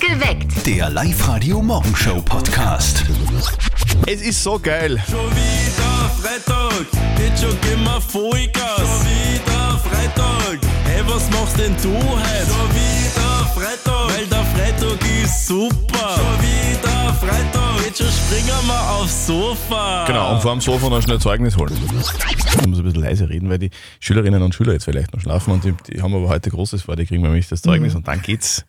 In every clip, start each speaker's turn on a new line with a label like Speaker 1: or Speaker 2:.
Speaker 1: Geweckt.
Speaker 2: Der Live-Radio-Morgenshow-Podcast.
Speaker 3: Es ist so geil.
Speaker 4: Schon wieder Freitag, jetzt schon gehen wir Vollgas. Schon wieder Freitag, hey, was machst denn du heute? Schon wieder Freitag, weil der Freitag ist super. Schon wieder Freitag, jetzt schon springen wir aufs Sofa.
Speaker 3: Genau, und vor dem Sofa noch schnell Zeugnis holen. Ich muss ein bisschen leise reden, weil die Schülerinnen und Schüler jetzt vielleicht noch schlafen und die, die haben aber heute Großes vor, die kriegen nämlich das Zeugnis und dann geht's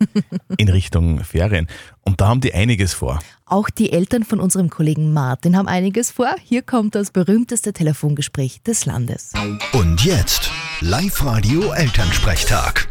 Speaker 3: in Richtung Ferien. Und da haben die einiges vor.
Speaker 5: Auch die Eltern von unserem Kollegen Martin haben einiges vor. Hier kommt das berühmteste Telefongespräch des Landes.
Speaker 2: Und jetzt Live-Radio Elternsprechtag.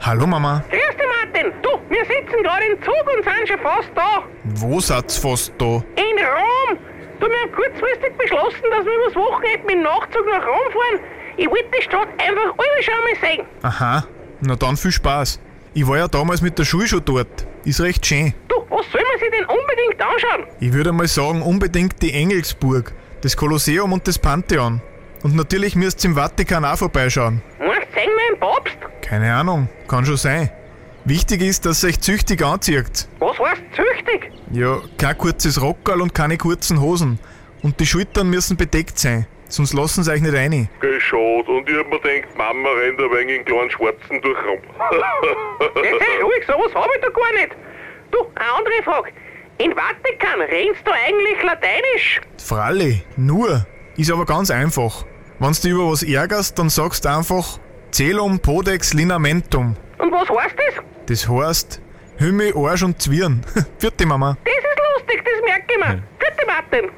Speaker 6: Hallo Mama,
Speaker 7: Grüß dich, Martin. Du, wir sitzen gerade im Zug und sind schon fast da.
Speaker 6: wo seid's fast da?
Speaker 7: In Rom. Du, wir haben kurzfristig beschlossen, dass wir übers Wochenende mit dem Nachzug nach Rom fahren. Ich wollte die Stadt einfach alle schon mal sehen.
Speaker 6: Aha, na dann viel Spaß. Ich war ja damals mit der Schule schon dort. Ist recht schön.
Speaker 7: Du, was soll man sich denn unbedingt anschauen?
Speaker 6: Ich würde mal sagen, unbedingt die Engelsburg, das Kolosseum und das Pantheon. Und natürlich müsst ihr im Vatikan auch vorbeischauen.
Speaker 7: Meinst du, sehen wir den Papst?
Speaker 6: Keine Ahnung, kann schon sein. Wichtig ist, dass ihr euch züchtig anzieht.
Speaker 7: Was heißt züchtig?
Speaker 6: Ja, kein kurzes Rockerl und keine kurzen Hosen. Und die Schultern müssen bedeckt sein, sonst lassen sie euch nicht rein.
Speaker 8: Gell, schade. Und ich hab mir gedacht, Mama rennt ein wenig in kleinen Schwarzen durch rum.
Speaker 7: Jetzt sei ruhig, sowas habe ich da gar nicht. Du, eine andere Frage. In Vatikan redest du eigentlich Lateinisch?
Speaker 6: Fralle, nur. Ist aber ganz einfach. Wenn du über was ärgerst, dann sagst du einfach Celum Podex Linamentum.
Speaker 7: Und was heißt das?
Speaker 6: Das heißt Hümme, Arsch und Zwirn. Vierte Mama.
Speaker 7: Das ist lustig, das merke ich mir. Bitte, Martin.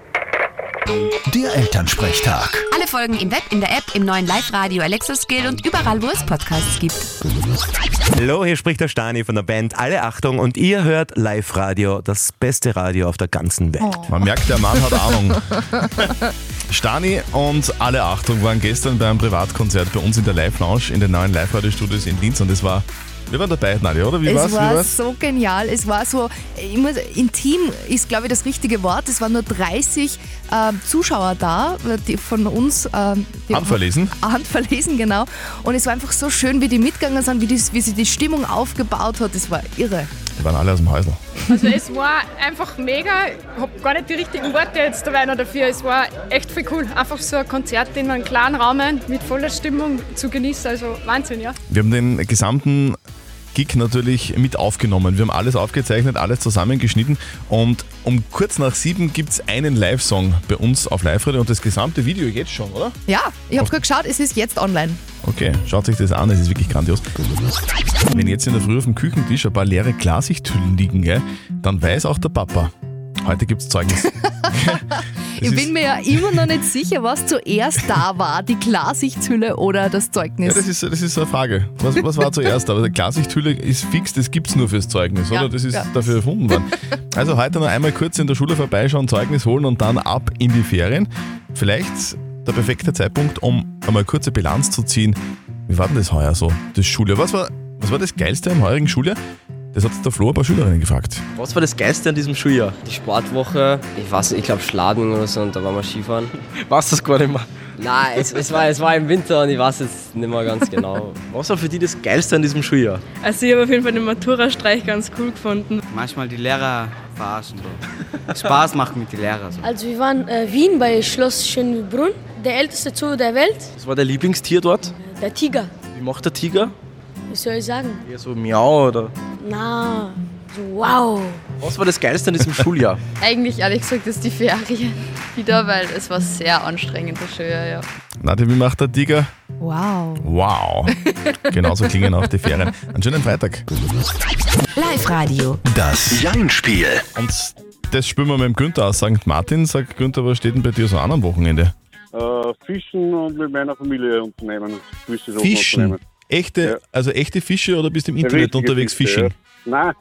Speaker 2: Der Elternsprechtag.
Speaker 9: Alle Folgen im Web, in der App, im neuen Live-Radio Alexa Skill und überall, wo es Podcasts gibt.
Speaker 10: Hallo, hier spricht der Stani von der Band Alle Achtung und ihr hört Live-Radio, das beste Radio auf der ganzen Welt.
Speaker 3: Man merkt, der Mann hat Ahnung. Stani und alle Achtung waren gestern beim Privatkonzert bei uns in der Live-Lounge in den neuen Live-Radio-Studios in Linz und es war, wir waren dabei, Nadja, oder? Wie
Speaker 5: es
Speaker 3: war's? Wie
Speaker 5: war
Speaker 3: war's?
Speaker 5: so genial, es war so, ich muss, intim ist glaube ich das richtige Wort. Es waren nur 30 äh, Zuschauer da, die von uns ähm, die-
Speaker 3: Handverlesen?
Speaker 5: Handverlesen, genau. Und es war einfach so schön, wie die mitgegangen sind, wie, die, wie sie die Stimmung aufgebaut hat. Es war irre.
Speaker 3: Die waren alle aus dem Häusl.
Speaker 11: Also es war einfach mega. Ich habe gar nicht die richtigen Worte jetzt dabei noch dafür. Es war echt viel cool. Einfach so ein Konzert in einem kleinen Rahmen mit voller Stimmung zu genießen. Also Wahnsinn, ja.
Speaker 3: Wir haben den gesamten Gig natürlich mit aufgenommen. Wir haben alles aufgezeichnet, alles zusammengeschnitten und um kurz nach sieben gibt es einen Live-Song bei uns auf Live-Radio und das gesamte Video jetzt schon, oder?
Speaker 5: Ja, ich habe gerade geschaut, es ist jetzt online.
Speaker 3: Okay, schaut sich das an, es ist wirklich grandios. Wenn jetzt in der Früh auf dem Küchentisch ein paar leere Glasichthüllen liegen, gell, dann weiß auch der Papa. Heute gibt's Zeugnis. Es
Speaker 5: Ich
Speaker 3: ist-
Speaker 5: bin mir ja immer noch nicht sicher, was zuerst da war, die Klarsichtshülle oder das
Speaker 3: ja,
Speaker 5: Zeugnis.
Speaker 3: das ist, das ist eine Frage. Was, was war zuerst? Aber die Glasichthülle ist fix, das gibt's nur fürs Zeugnis,
Speaker 5: Ja,
Speaker 3: oder? Das ist
Speaker 5: ja.
Speaker 3: dafür erfunden worden. Also heute noch einmal kurz in der Schule vorbeischauen, Zeugnis holen und dann ab in die Ferien. Vielleicht der perfekte Zeitpunkt, um einmal kurze Bilanz zu ziehen. Wie war denn das heuer so, das Schuljahr? Was war, was war das Geilste am heurigen Schuljahr? Das hat der Flo ein paar Schülerinnen gefragt.
Speaker 4: Was war das Geilste an diesem Schuljahr?
Speaker 7: Die Sportwoche, ich weiß nicht, ich glaube Schladming oder so und da waren wir Skifahren.
Speaker 4: Was das gar nicht mehr.
Speaker 7: Nein, es, es, war, es war im Winter und ich weiß jetzt nicht mehr ganz genau.
Speaker 4: Was war für dich das Geilste an diesem Schuljahr?
Speaker 11: Also ich habe auf jeden Fall den Matura-Streich ganz cool gefunden.
Speaker 7: Manchmal die Lehrer verarschen. Spaß machen mit den Lehrern.
Speaker 11: Also wir waren Wien bei Schloss Schönbrunn, der älteste Zoo der Welt,
Speaker 4: Was war dein Lieblingstier dort?
Speaker 11: der Tiger.
Speaker 4: Wie macht der Tiger?
Speaker 11: Was soll ich sagen?
Speaker 4: Eher so miau oder?
Speaker 11: Na, wow.
Speaker 4: Was war das Geilste an diesem Schuljahr?
Speaker 11: Eigentlich ehrlich gesagt ist die Ferien wieder, weil es war sehr anstrengend das Schuljahr, ja.
Speaker 3: Nadja, wie macht der Tiger?
Speaker 5: wow.
Speaker 3: Wow. Genauso klingen auch die Ferien. Einen schönen Freitag.
Speaker 9: Live-Radio.
Speaker 2: Das Jein-Spiel.
Speaker 3: Und das spielen wir mit dem Günther aus St. Martin. Sag Günther, was steht denn bei dir so an am Wochenende?
Speaker 1: Äh,
Speaker 8: Fischen und mit meiner Familie unternehmen. Fische
Speaker 3: Fischen. Echte,
Speaker 8: Ja.
Speaker 3: also echte Fische oder bist du im Internet
Speaker 8: richtige
Speaker 3: unterwegs
Speaker 8: Fische,
Speaker 3: fischen?
Speaker 8: Nein,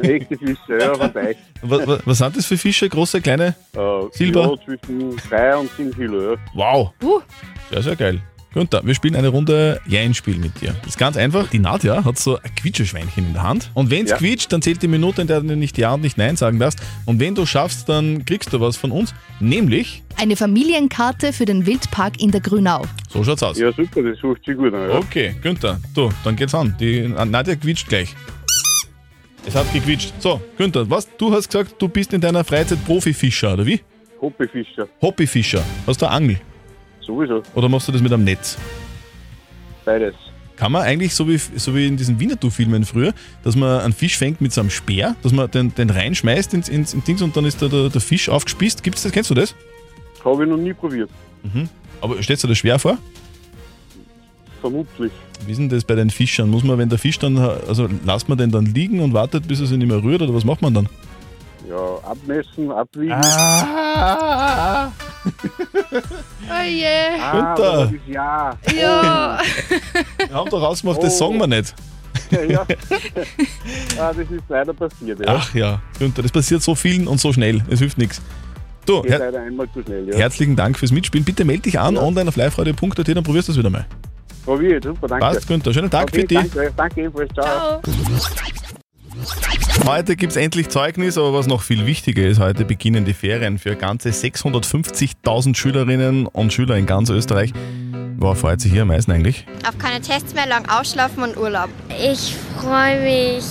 Speaker 8: echte Fische, ja, von Teich.
Speaker 3: Was, was, was sind das für Fische? Große,
Speaker 1: Äh,
Speaker 3: kleine? Silber?
Speaker 8: zwischen 3 und 7 Kilo, ja.
Speaker 3: Wow.
Speaker 5: Uh.
Speaker 3: Sehr, sehr geil. Günther, wir spielen eine Runde Jein-Spiel mit dir. Ist ganz einfach. Die Nadja hat so ein Quietscheschweinchen in der Hand. Und wenn es
Speaker 1: Ja.
Speaker 3: quietscht, dann zählt die Minute, in der du nicht Ja und nicht Nein sagen darfst. Und wenn du schaffst, dann kriegst du was von uns. Nämlich,
Speaker 5: Eine Familienkarte für den Wildpark in der Grünau.
Speaker 3: so schaut's aus.
Speaker 1: Ja, super, das sucht sich gut an. Ja.
Speaker 3: Okay, Günther, du, dann geht's an. Die Nadja quietscht gleich. Es hat gequietscht. So, Günther, was? Du hast gesagt, du bist in deiner Freizeit Profifischer, oder wie?
Speaker 1: Hoppefischer,
Speaker 3: Hobbyfischer. Hast du eine Angel?
Speaker 1: sowieso,
Speaker 3: Oder machst du das mit einem Netz?
Speaker 1: beides.
Speaker 3: Kann man eigentlich, so wie, so wie in diesen Winnetou-Filmen früher, dass man einen Fisch fängt mit so einem Speer, dass man den, den reinschmeißt ins, ins, ins Dings und dann ist da der, der Fisch aufgespießt? Gibt's das? Kennst du das?
Speaker 1: Habe ich noch nie probiert,
Speaker 3: Aber stellst du das schwer vor?
Speaker 1: vermutlich.
Speaker 3: Wie ist denn das bei den Fischern? Muss man, wenn der Fisch dann, also lasst man den dann liegen und wartet, bis er sich nicht mehr rührt oder was macht man dann?
Speaker 1: Ja, abmessen, abwiegen.
Speaker 3: Ah.
Speaker 5: Oh je.
Speaker 1: Ah,
Speaker 3: Günther.
Speaker 1: aber das ist ja.
Speaker 5: Ja.
Speaker 3: Wir haben doch ausgemacht, das sagen wir nicht.
Speaker 1: ja. ah, das ist leider passiert, ja.
Speaker 3: Ach ja, Günther, das passiert so vielen und so schnell. Es hilft nichts. Du,
Speaker 1: Geht
Speaker 3: her
Speaker 1: leider einmal zu schnell, ja.
Speaker 3: herzlichen Dank fürs Mitspielen. Bitte melde dich an online auf liveradio.at, dann probierst du es wieder mal.
Speaker 1: Probiert, super, danke.
Speaker 3: Passt, Günther. Schönen Tag
Speaker 1: okay,
Speaker 3: für dich.
Speaker 1: Danke, danke ebenfalls, ciao.
Speaker 3: Heute gibt es endlich Zeugnis, aber was noch viel wichtiger ist, heute beginnen die Ferien für ganze 650.000 Schülerinnen und Schüler in ganz Österreich. Worauf freut sich hier am meisten eigentlich?
Speaker 12: Auf keine Tests mehr, lang ausschlafen und Urlaub. Ich freue mich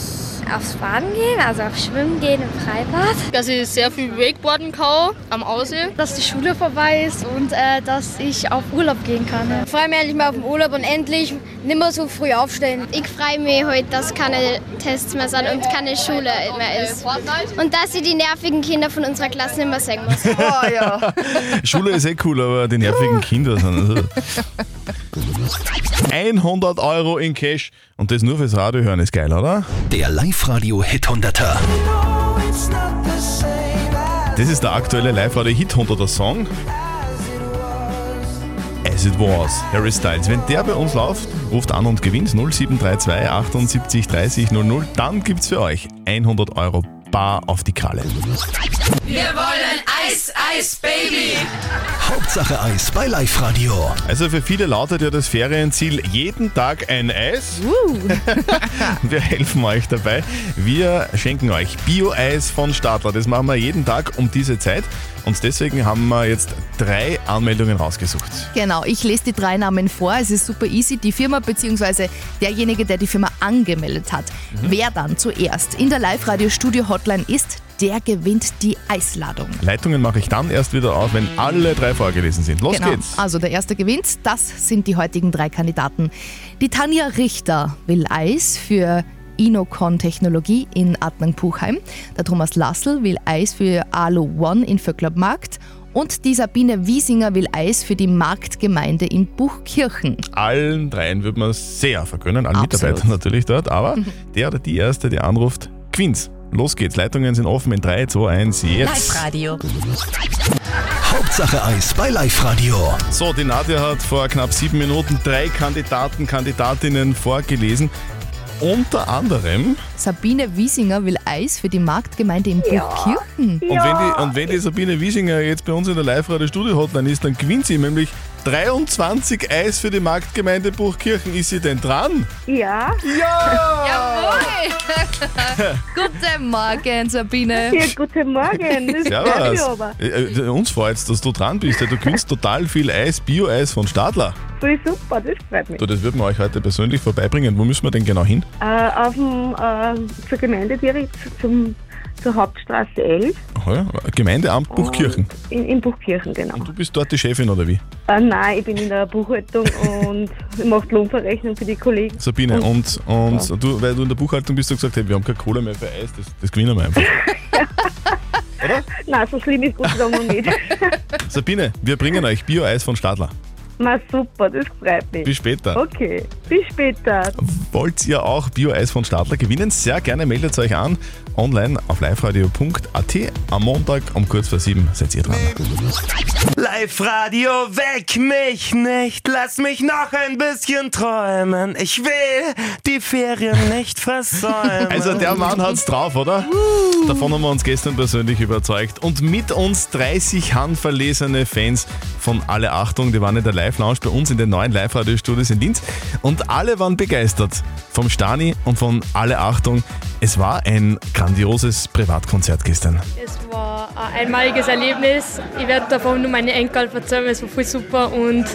Speaker 12: aufs Baden gehen, also auf Schwimmen gehen im Freibad.
Speaker 13: dass ich sehr viel Wakeboarden kann am Aussee. Dass die Schule vorbei ist und äh, dass ich auf Urlaub gehen kann.
Speaker 12: Ich freue mich endlich mal auf den Urlaub und endlich nicht mehr so früh aufstehen. Ich freue mich heute, dass keine Tests mehr sind und keine Schule mehr ist. Und dass ich die nervigen Kinder von unserer Klasse nicht mehr sehen muss. Oh ja.
Speaker 3: Schule ist eh cool, aber die nervigen Kinder sind. Also. 100 Euro in Cash und das nur fürs Radio hören ist geil, oder?
Speaker 2: Der Live-Radio Hit 100er.
Speaker 3: Das ist der aktuelle Live-Radio-Hit unter der Song As It Was, Harry Styles. Wenn der bei uns läuft, ruft an und gewinnt 0732 78 30 00, dann gibt's für euch 100 Euro bar auf die Kralle.
Speaker 14: Wir wollen Eis, Eis, Baby.
Speaker 2: Hauptsache Eis bei Live-Radio.
Speaker 3: Also für viele lautet ja das Ferienziel jeden Tag ein Eis.
Speaker 5: Uh.
Speaker 3: wir helfen euch dabei. Wir schenken euch Bio-Eis von Stadler. Das machen wir jeden Tag um diese Zeit. Und deswegen haben wir jetzt drei Anmeldungen rausgesucht.
Speaker 5: Genau, ich lese die drei Namen vor. Es ist super easy. Die Firma bzw. derjenige, der die Firma angemeldet hat. Wer dann zuerst in der Live-Radio-Studio-Hotline ist, der gewinnt die Eisladung.
Speaker 3: Leitungen mache ich dann erst wieder auf, wenn alle drei vorgelesen sind. Los
Speaker 5: genau.
Speaker 3: geht's.
Speaker 5: Also der erste gewinnt. Das sind die heutigen drei Kandidaten. Die Tanja Richter will Eis für Inocon Technologie in Adnang-Puchheim. Der Thomas Lassl will Eis für Alu One in Vöcklermarkt. Und die Sabine Wiesinger will Eis für die Marktgemeinde in Buchkirchen.
Speaker 3: Allen dreien wird man sehr vergönnen, allen
Speaker 5: Absolut. Mhm.
Speaker 3: Mitarbeitern natürlich dort, aber der oder die Erste, die anruft, Queens. Los geht's. Leitungen sind offen in 3, 2, 1, jetzt.
Speaker 14: Live-Radio.
Speaker 2: Hauptsache Eis bei Live-Radio.
Speaker 3: So, die Nadja hat vor knapp sieben Minuten drei Kandidaten, Kandidatinnen vorgelesen. Unter anderem.
Speaker 5: Sabine Wiesinger will Eis für die Marktgemeinde in Buchkirchen.
Speaker 3: Und, wenn die, und wenn die Sabine Wiesinger jetzt bei uns in der Live-Radio-Studio-Hotline ist, dann gewinnt sie nämlich 23 Eis für die Marktgemeinde Buchkirchen. Ist sie denn dran?
Speaker 5: Ja.
Speaker 3: Ja!
Speaker 5: Jawohl! Guten Morgen, Sabine.
Speaker 15: Ja, guten Morgen. Das freut mich
Speaker 3: Servus.
Speaker 15: aber.
Speaker 3: Äh, äh, Uns freut's, dass du dran bist. Ja, Du gewinnst total viel Eis, Bio-Eis von Stadler.
Speaker 15: Voll super, das freut mich.
Speaker 3: Du, das würden wir euch heute persönlich vorbeibringen. Wo müssen wir denn genau hin?
Speaker 15: Äh, auf dem, äh, zur Gemeinde direkt zum, zur Hauptstraße 11
Speaker 3: Aha, Gemeindeamt Buchkirchen.
Speaker 15: in, in Buchkirchen, genau.
Speaker 3: Du bist dort die Chefin oder wie?
Speaker 15: Äh, nein, ich bin in der Buchhaltung und mache Lohnverrechnung für die Kollegen.
Speaker 3: Sabine, und, und du, weil du in der Buchhaltung bist, du hast gesagt, hey, wir haben keine Kohle mehr für Eis, das, das gewinnen wir einfach.
Speaker 15: Nein, so schlimm ist gut, sagen wir nicht.
Speaker 3: Sabine, wir bringen euch Bio-Eis von Stadler.
Speaker 15: Na super, das freut mich.
Speaker 3: Bis später.
Speaker 15: Okay, bis später.
Speaker 3: Wollt ihr auch Bio-Eis von Stadler gewinnen? Sehr gerne meldet euch an online auf liveradio.at. Am Montag um kurz vor sieben seid ihr dran.
Speaker 10: Live-Radio, weck mich nicht, lass mich noch ein bisschen träumen. Ich will die Ferien nicht versäumen.
Speaker 3: Also der Mann hat's drauf, oder?
Speaker 16: Uh.
Speaker 3: Davon haben wir uns gestern persönlich überzeugt. Und mit uns 30 handverlesene Fans von Alle Achtung, die waren in der Live-Lounge bei uns in den neuen Live-Radio-Studios in Linz. Und alle waren begeistert vom Stani und von Alle Achtung. Es war ein grandioses Privatkonzert gestern.
Speaker 17: Es war ein einmaliges Erlebnis. Ich werde davon nur meine Enkel erzählen, es war voll super und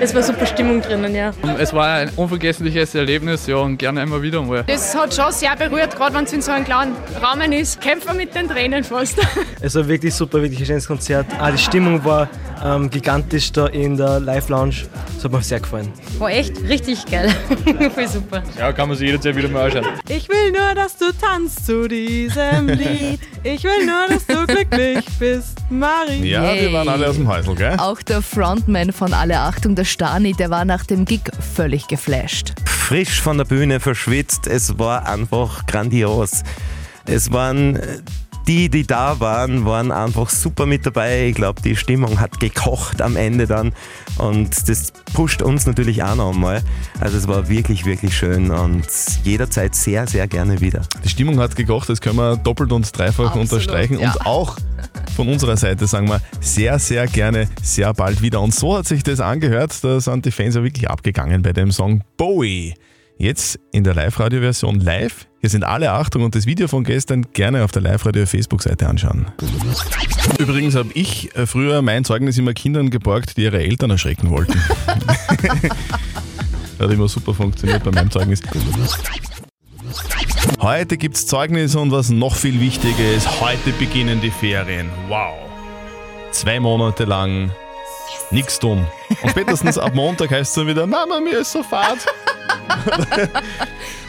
Speaker 17: es war super Stimmung drinnen, ja.
Speaker 18: Es war ein unvergessliches Erlebnis, ja, und gerne immer wieder mal.
Speaker 11: Das hat schon sehr berührt, gerade wenn es in so einem kleinen Rahmen ist. Kämpft man mit den Tränen fast.
Speaker 19: Es war Also wirklich super, wirklich ein schönes Konzert. Auch die Stimmung war ähm, gigantisch da in der Live-Lounge. Das hat mir sehr gefallen.
Speaker 16: War echt richtig geil. Voll super.
Speaker 18: Ja, kann man sich jederzeit wieder mal anschauen.
Speaker 16: Ich will nur, dass du tanzt zu diesem Lied. Ich will nur, dass du glücklich bist, Marie.
Speaker 3: Ja, wir waren alle aus dem Häusl, gell?
Speaker 5: Auch der Frontman von Alle Achtung, der Stani, der war nach dem Gig völlig geflasht.
Speaker 10: Frisch von der Bühne, verschwitzt, es war einfach grandios. Es waren äh, die, die da waren, waren einfach super mit dabei. Ich glaube, die Stimmung hat gekocht am Ende dann und das pusht uns natürlich auch nochmal. Also es war wirklich, wirklich schön und jederzeit sehr, sehr gerne wieder.
Speaker 3: Die Stimmung hat gekocht, das können wir doppelt und dreifach
Speaker 10: Absolut,
Speaker 3: unterstreichen.
Speaker 10: ja.
Speaker 3: Und auch von unserer Seite sagen wir sehr, sehr gerne, sehr bald wieder. Und so hat sich das angehört, da sind die Fans ja wirklich abgegangen bei dem Song Bowie. Jetzt in der Live-Radio-Version live. Hier sind alle Achtung und das Video von gestern gerne auf der Live-Radio-Facebook-Seite anschauen. Übrigens habe ich äh, früher mein Zeugnis immer Kindern geborgt, die ihre Eltern erschrecken wollten. Hat immer super funktioniert bei meinem Zeugnis. Heute gibt's Zeugnis und was noch viel wichtiger ist, heute beginnen die Ferien. Wow. Zwei Monate lang nichts tun. Und spätestens ab Montag heißt es dann wieder, Mama, mir ist so fad.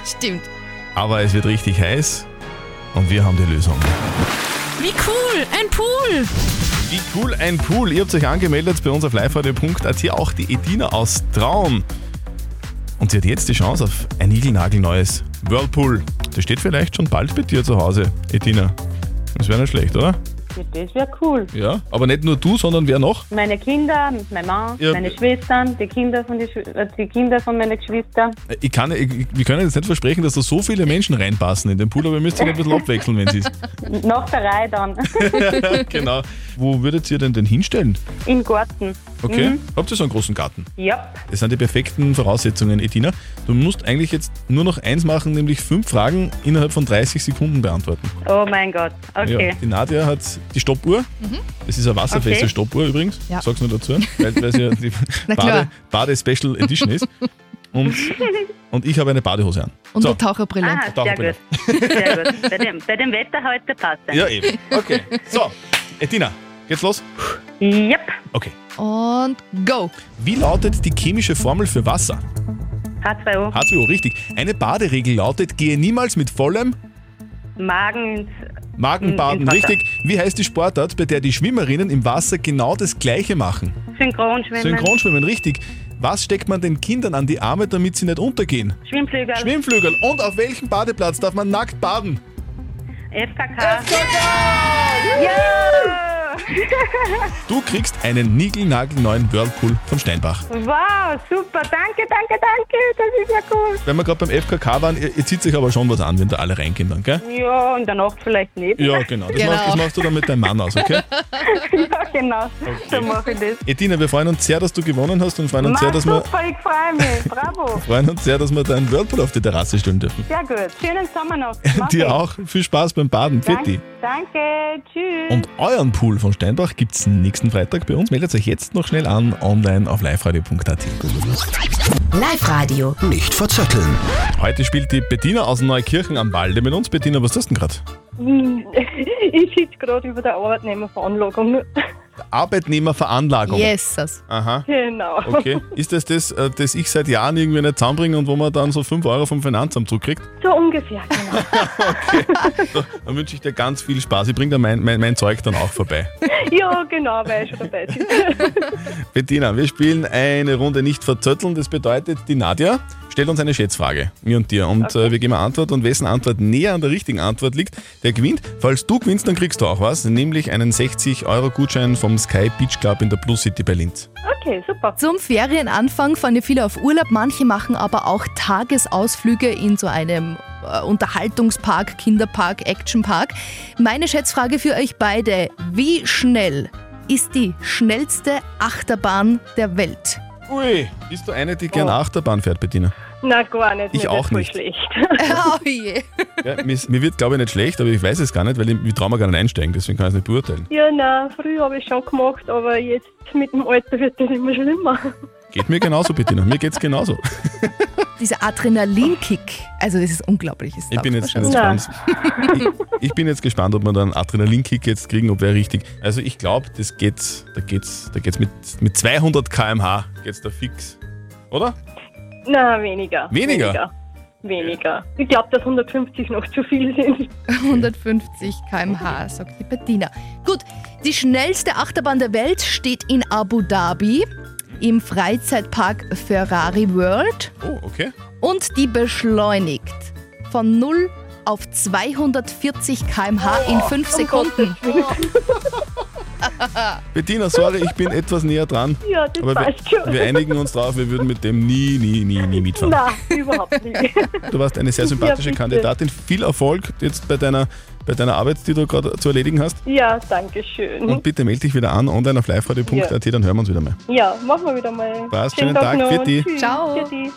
Speaker 5: Stimmt.
Speaker 3: Aber es wird richtig heiß und wir haben die Lösung.
Speaker 14: Wie cool, ein Pool.
Speaker 3: Wie cool ein Pool. Ihr habt euch angemeldet bei uns auf liveradio.at, auch die Edina aus Traun. Und sie hat jetzt die Chance auf ein niegelnagelneues Whirlpool. Das steht vielleicht schon bald bei dir zu Hause, Edina. Das wäre nicht schlecht, oder?
Speaker 15: Das wäre cool.
Speaker 3: Ja. Aber nicht nur du, sondern wer noch?
Speaker 15: Meine Kinder, meine Mann,
Speaker 3: Ja.
Speaker 15: meine Schwestern, die Kinder von, die, Schw- äh, die Kinder von meinen Geschwistern.
Speaker 3: Ich kann, ich, ich- wir können jetzt nicht versprechen, dass da so viele Menschen reinpassen in den Pool, aber ihr müsst euch ein bisschen abwechseln, wenn sie ist.
Speaker 15: Nach der Reihe dann.
Speaker 3: genau. Wo würdet ihr denn denn hinstellen?
Speaker 15: Im Garten.
Speaker 3: Okay.
Speaker 15: Mhm.
Speaker 3: Habt ihr so einen großen Garten?
Speaker 15: Ja.
Speaker 3: Das sind die perfekten Voraussetzungen, Edina. Du musst eigentlich jetzt nur noch eins machen, nämlich fünf Fragen innerhalb von 30 Sekunden beantworten.
Speaker 15: Oh mein Gott. Okay.
Speaker 3: Ja, die Nadja hat die Stoppuhr.
Speaker 15: Mhm.
Speaker 3: Das ist eine wasserfeste
Speaker 15: Okay.
Speaker 3: Stoppuhr übrigens.
Speaker 15: Ja.
Speaker 3: Sag's nur dazu, weil weil es ja die
Speaker 5: Na
Speaker 3: Bade,
Speaker 5: klar.
Speaker 3: Bade Special Edition ist. Und, und ich habe eine Badehose an.
Speaker 5: Und
Speaker 3: So.
Speaker 5: eine Taucherbrille.
Speaker 3: Ah, sehr Taucherbrille.
Speaker 15: Sehr gut. Bei dem, bei dem Wetter heute passt es.
Speaker 3: Ja, eben. Okay. So, Edina, geht's los?
Speaker 15: Yep.
Speaker 3: Okay.
Speaker 14: Ah.
Speaker 5: Und go.
Speaker 3: Wie lautet die chemische Formel für Wasser?
Speaker 15: H2O.
Speaker 3: H2O, richtig. Eine Baderegel lautet, gehe niemals mit vollem
Speaker 15: Magen ins.
Speaker 3: Magenbaden,
Speaker 15: Ins Wasser.
Speaker 3: richtig. Wie heißt die Sportart, bei der die Schwimmerinnen im Wasser genau das Gleiche machen?
Speaker 15: Synchronschwimmen.
Speaker 3: Synchronschwimmen, richtig. Was steckt man den Kindern an die Arme, damit sie nicht untergehen?
Speaker 15: Schwimmflügel.
Speaker 3: Schwimmflügel. Und auf welchem Badeplatz darf man nackt baden?
Speaker 15: FKK. FKK! Ja!
Speaker 3: Du kriegst einen niegelnagelneuen Whirlpool von Steinbach.
Speaker 15: wow, super. Danke, danke, danke. Das ist ja cool.
Speaker 3: Wenn wir gerade beim FKK waren, ihr, ihr zieht sich aber schon was an, wenn da alle reingehen dann, gell?
Speaker 15: Ja, in der Nacht vielleicht nicht.
Speaker 3: Ja, genau. Das, Machst, das machst du dann mit deinem Mann aus, okay?
Speaker 15: ja, genau. So mache ich das.
Speaker 3: Edina, wir freuen uns sehr, dass du gewonnen hast und freuen uns, sehr,
Speaker 15: Mann,
Speaker 3: dass wir,
Speaker 15: super, ich freue mich. Bravo.
Speaker 3: freuen uns sehr, dass wir deinen Whirlpool auf die Terrasse stellen dürfen.
Speaker 15: Sehr gut. Schönen Sommer noch.
Speaker 3: Dir auch viel Spaß beim Baden. Pfiat
Speaker 15: Danke, danke. Tschüss.
Speaker 3: Und euren Pool von Steinbach gibt es nächsten Freitag bei uns. Meldet euch jetzt noch schnell an, online auf liveradio.at.
Speaker 9: Live Radio.
Speaker 2: Nicht verzetteln.
Speaker 3: Heute spielt die Bettina aus Neukirchen am Walde mit uns. Bettina, was tust du denn gerade?
Speaker 20: Hm, Ich sitze gerade über der Arbeitnehmerveranlagung.
Speaker 3: Arbeitnehmerveranlagung.
Speaker 20: Yes.
Speaker 3: Aha.
Speaker 20: Genau.
Speaker 3: Okay. Ist das das, äh, das ich seit Jahren irgendwie nicht zusammenbringe und wo man dann so 5 Euro vom Finanzamt zurückkriegt?
Speaker 20: So ungefähr, genau.
Speaker 3: Dann wünsche ich dir ganz viel Spaß. Ich bringe dir mein, mein, mein Zeug dann auch vorbei.
Speaker 20: ja, genau, weil ich schon dabei bin.
Speaker 3: Bettina, wir spielen eine Runde nicht verzötteln. Das bedeutet, die Nadja stellt uns eine Schätzfrage, mir und dir. Und äh, wir geben eine Antwort und wessen Antwort näher an der richtigen Antwort liegt, der gewinnt. Falls du gewinnst, dann kriegst du auch was, nämlich einen 60-Euro-Gutschein vom Sky Beach Club in der Plus City bei Linz.
Speaker 5: Okay, super. Zum Ferienanfang fahren ja viele auf Urlaub, manche machen aber auch Tagesausflüge in so einem äh, Unterhaltungspark, Kinderpark, Actionpark. Meine Schätzfrage für euch beide: Wie schnell ist die schnellste Achterbahn der Welt?
Speaker 3: Ui, bist du eine, die gern Achterbahn fährt, Bettina?
Speaker 20: Na, gar nicht.
Speaker 3: Ich
Speaker 20: mir
Speaker 3: auch
Speaker 20: wird's voll
Speaker 3: nicht.
Speaker 20: Schlecht.
Speaker 5: oh je.
Speaker 3: Ja, mir, mir wird, glaube ich, nicht schlecht, aber ich weiß es gar nicht, weil ich, ich traue mir gar nicht einsteigen, deswegen kann ich es nicht beurteilen.
Speaker 20: Ja, nein, früher habe ich schon gemacht, aber jetzt mit dem Alter wird das immer schlimmer.
Speaker 3: Geht mir genauso, Bettina. Mir geht's genauso.
Speaker 5: Dieser Adrenalinkick, also das ist unglaublich. Das
Speaker 3: Ich bin jetzt schon
Speaker 5: darf man
Speaker 3: gespannt.
Speaker 5: schon
Speaker 3: Ich, ich bin jetzt gespannt, ob wir dann einen Adrenalinkick jetzt kriegen, ob wir richtig. Also ich glaube, das geht, da geht's, da geht's mit, mit 200 km/h geht's da fix. Oder?
Speaker 20: Nein, weniger.
Speaker 3: Weniger?
Speaker 20: Weniger. Weniger. Ich glaube, dass 150 noch zu viel sind.
Speaker 5: 150 km/h, sagt die Bettina. Gut, die schnellste Achterbahn der Welt steht in Abu Dhabi im Freizeitpark Ferrari World
Speaker 3: Oh, okay.
Speaker 5: und die beschleunigt von 0 auf 240 km/h in 5 Sekunden.
Speaker 3: Bettina, sorry, ich bin etwas näher dran.
Speaker 20: Ja, das
Speaker 3: aber
Speaker 20: passt
Speaker 3: wir,
Speaker 20: schon.
Speaker 3: wir einigen uns drauf, wir würden mit dem nie, nie, nie, nie mitfahren.
Speaker 20: Nein, überhaupt nicht.
Speaker 3: Du warst eine sehr sympathische
Speaker 20: Ja, bitte.
Speaker 3: Kandidatin. Viel Erfolg jetzt bei deiner, bei deiner Arbeit, die du gerade zu erledigen hast.
Speaker 20: Ja, danke schön.
Speaker 3: Und bitte melde dich wieder an, online auf liveradio.at, dann hören wir uns wieder mal.
Speaker 20: ja, machen wir wieder mal.
Speaker 3: Passt, schönen Tag,
Speaker 20: noch.
Speaker 3: Fitti.
Speaker 20: Tschüss.
Speaker 5: Ciao.
Speaker 20: Fitti.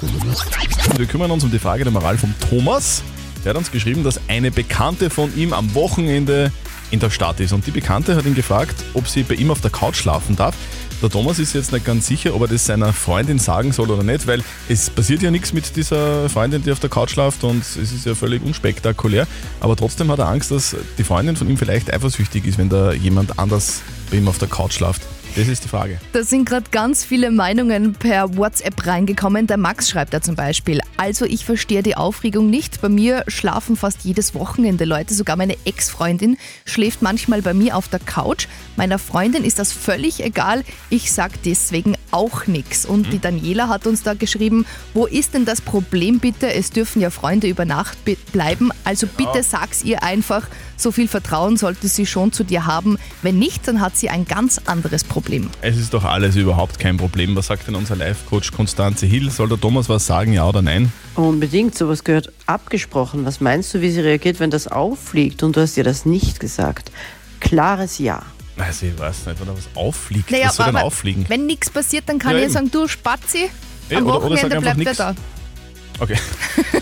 Speaker 3: Wir kümmern uns um die Frage der Moral vom Thomas. Der hat uns geschrieben, dass eine Bekannte von ihm am Wochenende in der Stadt ist. Und die Bekannte hat ihn gefragt, ob sie bei ihm auf der Couch schlafen darf. Der Thomas ist jetzt nicht ganz sicher, ob er das seiner Freundin sagen soll oder nicht, weil es passiert ja nichts mit dieser Freundin, die auf der Couch schlaft und es ist ja völlig unspektakulär. Aber trotzdem hat er Angst, dass die Freundin von ihm vielleicht eifersüchtig ist, wenn da jemand anders bei ihm auf der Couch schlaft. Das ist die Frage.
Speaker 5: Da sind gerade ganz viele Meinungen per WhatsApp reingekommen. Der Max schreibt da zum Beispiel, also ich verstehe die Aufregung nicht. Bei mir schlafen fast jedes Wochenende Leute. Sogar meine Ex-Freundin schläft manchmal bei mir auf der Couch. Meiner Freundin ist das völlig egal. Ich sag deswegen auch nichts. Und die Daniela hat uns da geschrieben, wo ist denn das Problem bitte? Es dürfen ja Freunde über Nacht be- bleiben. Also bitte sag's ihr einfach. So viel Vertrauen sollte sie schon zu dir haben. Wenn nicht, dann hat sie ein ganz anderes Problem.
Speaker 3: Es ist doch alles überhaupt kein Problem. Was sagt denn unser Live-Coach Konstanze Hill? Soll der Thomas was sagen, ja oder nein?
Speaker 21: Unbedingt, sowas gehört abgesprochen. Was meinst du, wie sie reagiert, wenn das auffliegt und du hast ihr das nicht gesagt? Klares Ja.
Speaker 3: Also ich weiß nicht, wenn da was auffliegt.
Speaker 5: Naja,
Speaker 3: was soll denn
Speaker 5: aber
Speaker 3: auffliegen?
Speaker 5: Wenn nichts passiert, dann kann
Speaker 3: Ja,
Speaker 5: ich
Speaker 3: eben.
Speaker 5: sagen, du Spazi,
Speaker 3: Ja,
Speaker 5: am
Speaker 3: oder- oder sag
Speaker 5: Wochenende
Speaker 3: einfach
Speaker 5: bleibt er
Speaker 3: nix.
Speaker 5: da.
Speaker 3: Okay.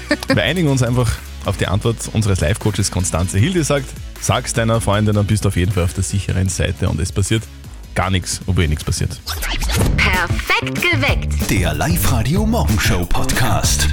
Speaker 3: Wir einigen uns einfach auf die Antwort unseres Live-Coaches Konstanze Hill, die sagt, sag's deiner Freundin, dann bist du auf jeden Fall auf der sicheren Seite und es passiert gar nichts, obwohl eh nichts passiert.
Speaker 9: Perfekt geweckt.
Speaker 2: Der Live-Radio Morgenshow Podcast.